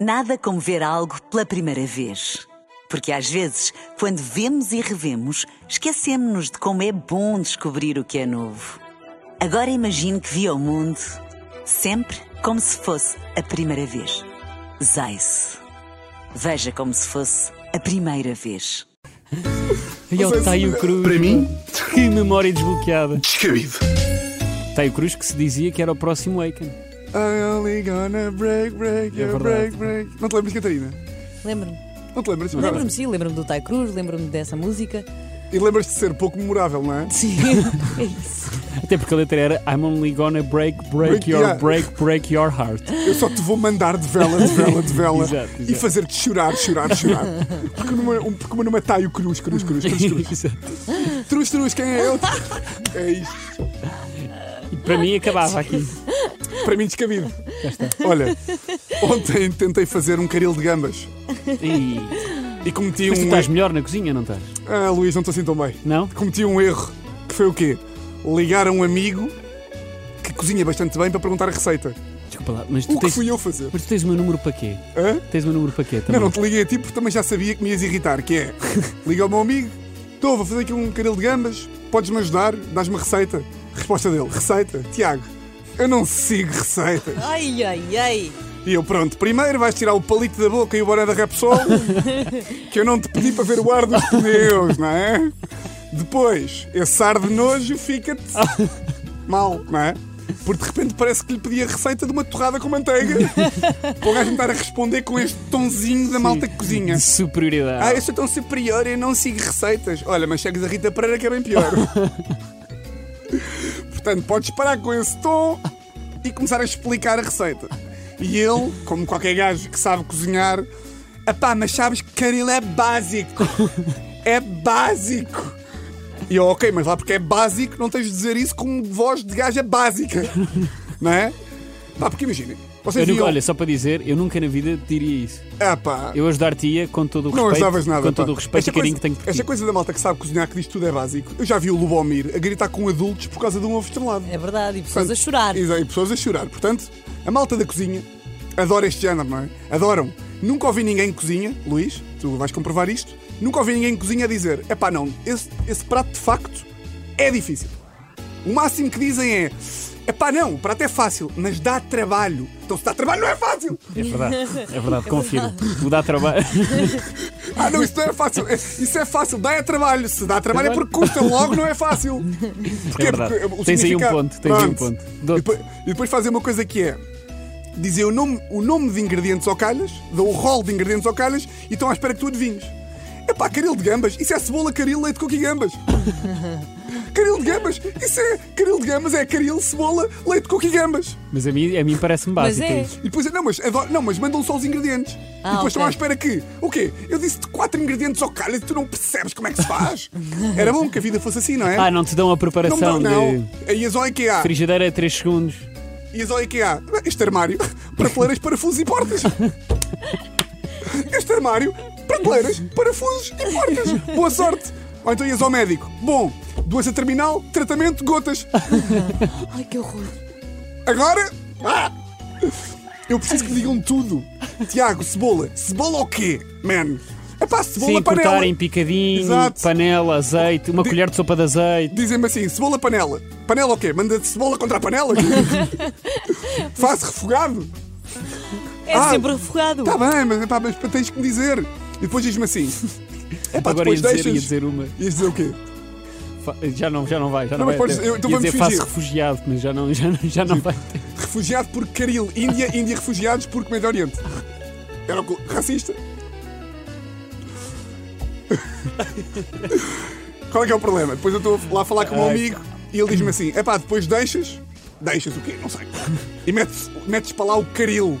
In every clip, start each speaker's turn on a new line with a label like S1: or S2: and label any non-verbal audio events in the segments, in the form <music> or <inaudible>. S1: Nada como ver algo pela primeira vez. Porque às vezes, quando vemos e revemos, esquecemos-nos de como é bom descobrir o que é novo. Agora imagine que viu o mundo sempre como se fosse a primeira vez. Zais. Veja como se fosse a primeira vez.
S2: E ao Taio Cruz.
S3: Para mim,
S2: <laughs> Que memória desbloqueada.
S3: descabido.
S2: Taio Cruz que se dizia que era o próximo Waken.
S3: I only gonna break, break,
S2: É
S3: your
S2: verdade.
S3: break, break. Não te lembras, Catarina?
S4: Lembro-me.
S3: Não te lembras?
S4: Lembro-me, sim, lembro-me do Tai Cruz, lembro-me dessa música.
S3: E lembras-te de ser pouco memorável, não é?
S4: Sim, <laughs> é isso.
S2: Até porque a letra era I'm only gonna break, break,
S3: Break,
S2: your,
S3: yeah.
S2: break, break your
S3: <laughs>
S2: heart.
S3: Eu só te vou mandar de vela, de vela, de vela
S2: <laughs> Exato,
S3: e
S2: exato.
S3: fazer-te chorar, chorar, chorar. Porque o meu- um- porque o meu nome é Taio Cruz, Cruz, Cruz, Cruz,
S2: <laughs>
S3: Cruz.
S2: Exato.
S3: Truz, Truz, quem é eu? É isto.
S2: E para mim acabava aqui.
S3: Para mim, descabido. Olha, ontem tentei fazer um caril de gambas
S2: E...
S3: e cometi
S2: Mas tu
S3: um.
S2: estás melhor na cozinha, não estás?
S3: Ah, Luís, não estou assim tão bem.
S2: Não?
S3: Cometi um erro, que foi o quê? Ligar a um amigo que cozinha bastante bem para perguntar a receita.
S2: Desculpa lá, mas tu
S3: O que
S2: tens.
S3: fui eu fazer?
S2: Mas tu tens o meu número para quê?
S3: Hã?
S2: Tens o meu número para quê
S3: Não,
S2: também?
S3: não te liguei a ti porque também já sabia que me ias irritar,
S2: <laughs>
S3: que é liga ao meu amigo, estou, vou fazer aqui um caril de gambas, podes-me ajudar, dás-me a receita. Resposta dele, receita, Tiago, eu não sigo receitas.
S4: Ai, ai, ai.
S3: E eu, pronto, primeiro vais tirar o palito da boca e o boné da Repsol, que eu não te pedi para ver o ar dos pneus, não é? Depois, esse ar de nojo fica-te mal, não é? Porque de repente parece que lhe pedi a receita de uma torrada com manteiga. Para o gajo me estar a responder com este tonzinho da malta que cozinha.
S2: De superioridade.
S3: Ah, eu sou tão superior e não sigo receitas. Olha, mas chegas a Rita Pereira que é
S2: <laughs>
S3: bem pior. Portanto, podes parar com esse tom e começar a explicar a receita. E ele, como qualquer gajo que sabe cozinhar, apá, mas sabes que caril
S2: <laughs>
S3: é básico. É básico. E eu, ok, mas lá porque é básico, não tens de dizer isso com voz de
S2: <laughs>
S3: gaja básica. Não é? Pá, porque imaginem.
S2: Eu
S3: Vocês
S2: nunca-
S3: iam...
S2: olha, só para dizer, eu nunca na vida te diria isso.
S3: Ah, pá.
S2: Eu ajudar-te-ia com todo o
S3: Não
S2: respeito.
S3: ajudavas nada.
S2: Com todo
S3: pá.
S2: o respeito e carinho que tenho por ti.
S3: Esta coisa da malta que sabe cozinhar, que diz que tudo é básico. Eu já vi o Lubomir a gritar com adultos por causa de um ovo estrelado.
S4: É verdade, e pessoas
S3: Portanto,
S4: a chorar.
S3: Exato, e pessoas a chorar. Portanto, a malta da cozinha adora este género, não é? Adoram. Nunca ouvi ninguém que cozinha, Luís, tu vais comprovar isto. Nunca ouvi ninguém que cozinha dizer: é pá, não, esse, esse prato de facto é difícil. O máximo que dizem é: é pá, não, o prato é fácil, mas dá trabalho. Então se dá trabalho, não é fácil!
S2: É verdade, é verdade, confirmo. O dá trabalho.
S3: Ah, não, isso não era fácil. É- Isso é fácil, dá é trabalho. Se dá trabalho é porque custa, logo não é fácil. Porquê?
S2: <laughs> É verdade.
S3: o
S2: Tens aí um
S3: significado-
S2: ponto, tens aí um
S3: Pronto.
S2: ponto.
S3: E
S2: Dou-te.
S3: depois, e depois fazer uma coisa que é dizer o nome, o nome de ingredientes ao calhas, dou o rol de ingredientes ao calhas e estão à espera que tu adivinhes. É pá, caril de gambas, isso é cebola, caril, leite, coco
S2: <laughs>
S3: e gambas. caril de gambas, isso é caril de gambas, é caril, cebola, leite, coco e gambas.
S2: Mas a mim, a mim parece-me
S4: Mas
S2: básico
S4: é.
S2: isso.
S3: E depois, não, mas, adoro- não, mas mandam só os ingredientes. e
S4: Ah,
S3: depois estão à
S4: ok.
S3: espera que, o quê? Eu disse-te quatro ingredientes ao calho e tu não percebes como é que se faz. Era bom que a vida fosse assim, não é?
S2: Ah, não te dão a
S3: não me dão,
S2: preparação
S3: não.
S2: de
S3: Ias ao IKEA.
S2: frigideira a 3 segundos.
S3: Ias ao IKEA. Este armário, <laughs> prateleiras, parafusos e portas. Este armário, prateleiras, parafusos e portas. Boa sorte. Ou então ias ao médico. Bom, doença terminal, tratamento, gotas.
S4: Ai, que horror.
S3: Agora. Ah! Eu preciso que me digam tudo. Tiago, cebola. Cebola o quê, man? É pá, cebola
S2: Sim,
S3: panela.
S2: cortarem picadinho,
S3: Exato.
S2: panela, azeite, uma colher de sopa de azeite.
S3: Dizem-me assim, cebola panela. Panela o quê? Manda cebola contra
S2: <laughs>
S3: a panela? Faço refogado?
S4: É
S3: Ah,
S4: sempre refogado.
S3: Tá bem, mas, epá, mas tens que me dizer. E depois diz-me assim. É pá,
S2: Agora
S3: depois
S2: ia dizer,
S3: deixas.
S2: ia dizer uma.
S3: Ias dizer o quê?
S2: Fa- Já não, já não vai, já não,
S3: Não, mas
S2: vai.
S3: podes-
S2: ter.
S3: eu- então
S2: ia
S3: vamos
S2: dizer faço
S3: fingir. Tipo,
S2: refugiado, mas já não, já não, já não vai. ter.
S3: Refugiado por Caril. Índia, Índia refugiados por Médio Oriente. Era o que- racista. Qual é que é o problema? Depois eu estou lá a falar com o meu
S2: Ai,
S3: amigo e ele diz-me assim: é pá, depois deixas. Deixas o quê? Não sei. E metes, metes para lá o Caril,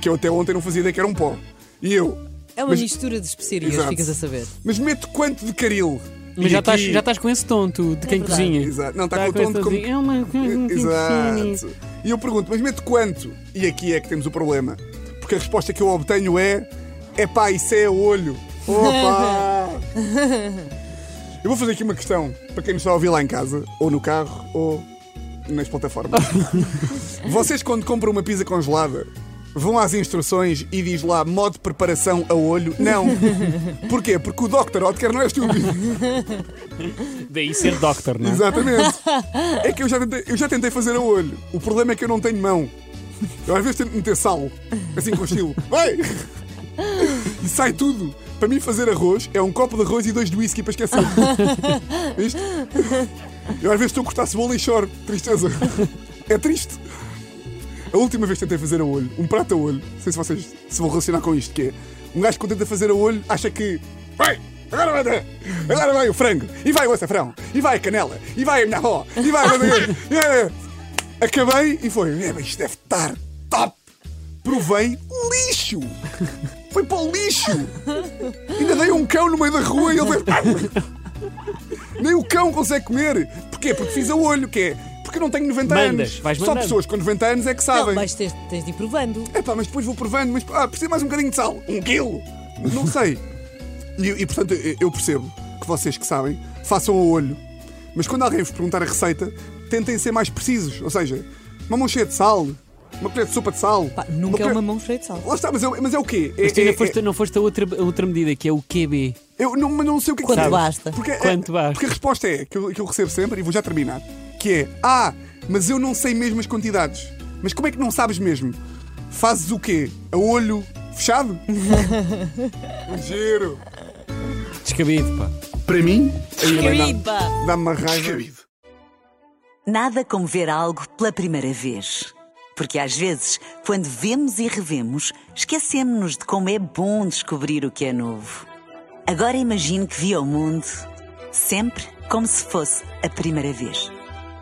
S3: que eu até ontem não fazia ideia que era um pó. E eu,
S4: É uma
S3: Mas-
S4: mistura de especiarias,
S3: Exato.
S4: ficas a saber.
S3: mas meto quanto de Caril?
S2: Mas
S3: E
S2: já estás,
S3: aqui-
S2: já estás com esse tom, tu, de quem
S4: verdade.
S2: cozinha.
S3: Exato. Não, É está
S2: Tá
S3: com o tom de como-
S2: esse É uma coisa muito
S3: Eh, Exato.
S2: interessante.
S3: E eu pergunto, mas mete quanto? E aqui é que temos o problema. Porque a resposta que eu obtenho é: é pá, isso é olho. Opa! eu vou fazer aqui uma questão para quem nos está a ouvir lá em casa, ou no carro, ou nas plataformas. Vocês, quando compram uma pizza congelada, Vão às instruções e diz lá modo de preparação a olho. Não. Porquê? Porque o Dr. Otker não é estúpido.
S2: Daí ser doctor, não é?
S3: Exatamente. É que eu já, tentei, eu já tentei fazer a olho. O problema é que eu não tenho mão. Eu às vezes tento meter sal, assim com estilo. Vai! E sai tudo. Para mim, fazer arroz é um copo de arroz e dois de whisky para esquecer. Viste? Eu às vezes estou a cortar cebola e choro. Tristeza. É triste. A última vez que tentei fazer a olho, um prato a olho, não sei se vocês se vão relacionar com isto, que é um gajo que tenta fazer a olho acha que vai, agora vai, agora vai o frango, e vai o açafrão, e vai a canela, e vai a minha avó, e vai a Acabei e foi, "É, bem, isto deve estar top! Provei lixo! Foi para o lixo! Ainda dei a um cão no meio da rua e ele veio. Nem o cão consegue comer! Porquê? Porque fiz a olho, que é. Porque eu não tenho 90
S2: Mandas,
S3: anos.
S2: vais
S3: Só
S2: mandando.
S3: pessoas com 90 anos é que
S4: Não,
S3: sabem.
S4: mas tens, tens de ir provando.
S3: Epá, mas depois vou provando, mas ah, precisa mais um bocadinho de sal. Um quilo? Não sei. E, e, portanto, eu- eu percebo que vocês que sabem, façam ao olho. Mas quando alguém vos perguntar a receita, tentem ser mais precisos. Ou seja, uma mão cheia de sal, uma colher de sopa de sal.
S4: Pá, nunca é
S3: colher-
S4: uma mão cheia de sal.
S3: Lá está, mas é, mas é o quê? É-
S2: Mas tu ainda
S3: é-
S2: foste,
S3: é-
S2: não foste a outra, a outra medida, que é o QB.
S3: eu não, mas não sei o que é que
S4: Quanto
S3: é.
S4: basta?
S3: Porque, é-
S2: Quanto basta?
S3: Porque a resposta é, que eu, que eu recebo sempre, e vou já terminar, que é, ah, mas eu não sei mesmo as quantidades. Mas como é que não sabes mesmo? Fazes o quê? A olho
S4: <laughs>
S3: fechado? Giro.
S2: Descabido, pá.
S3: Para mim, aí vai dar-
S4: Querida!
S3: dá-me uma raiva.
S1: Nada como ver algo pela primeira vez. Porque às vezes, quando vemos e revemos, esquecemos-nos de como é bom descobrir o que é novo. Agora imagine que viu o mundo sempre como se fosse a primeira vez.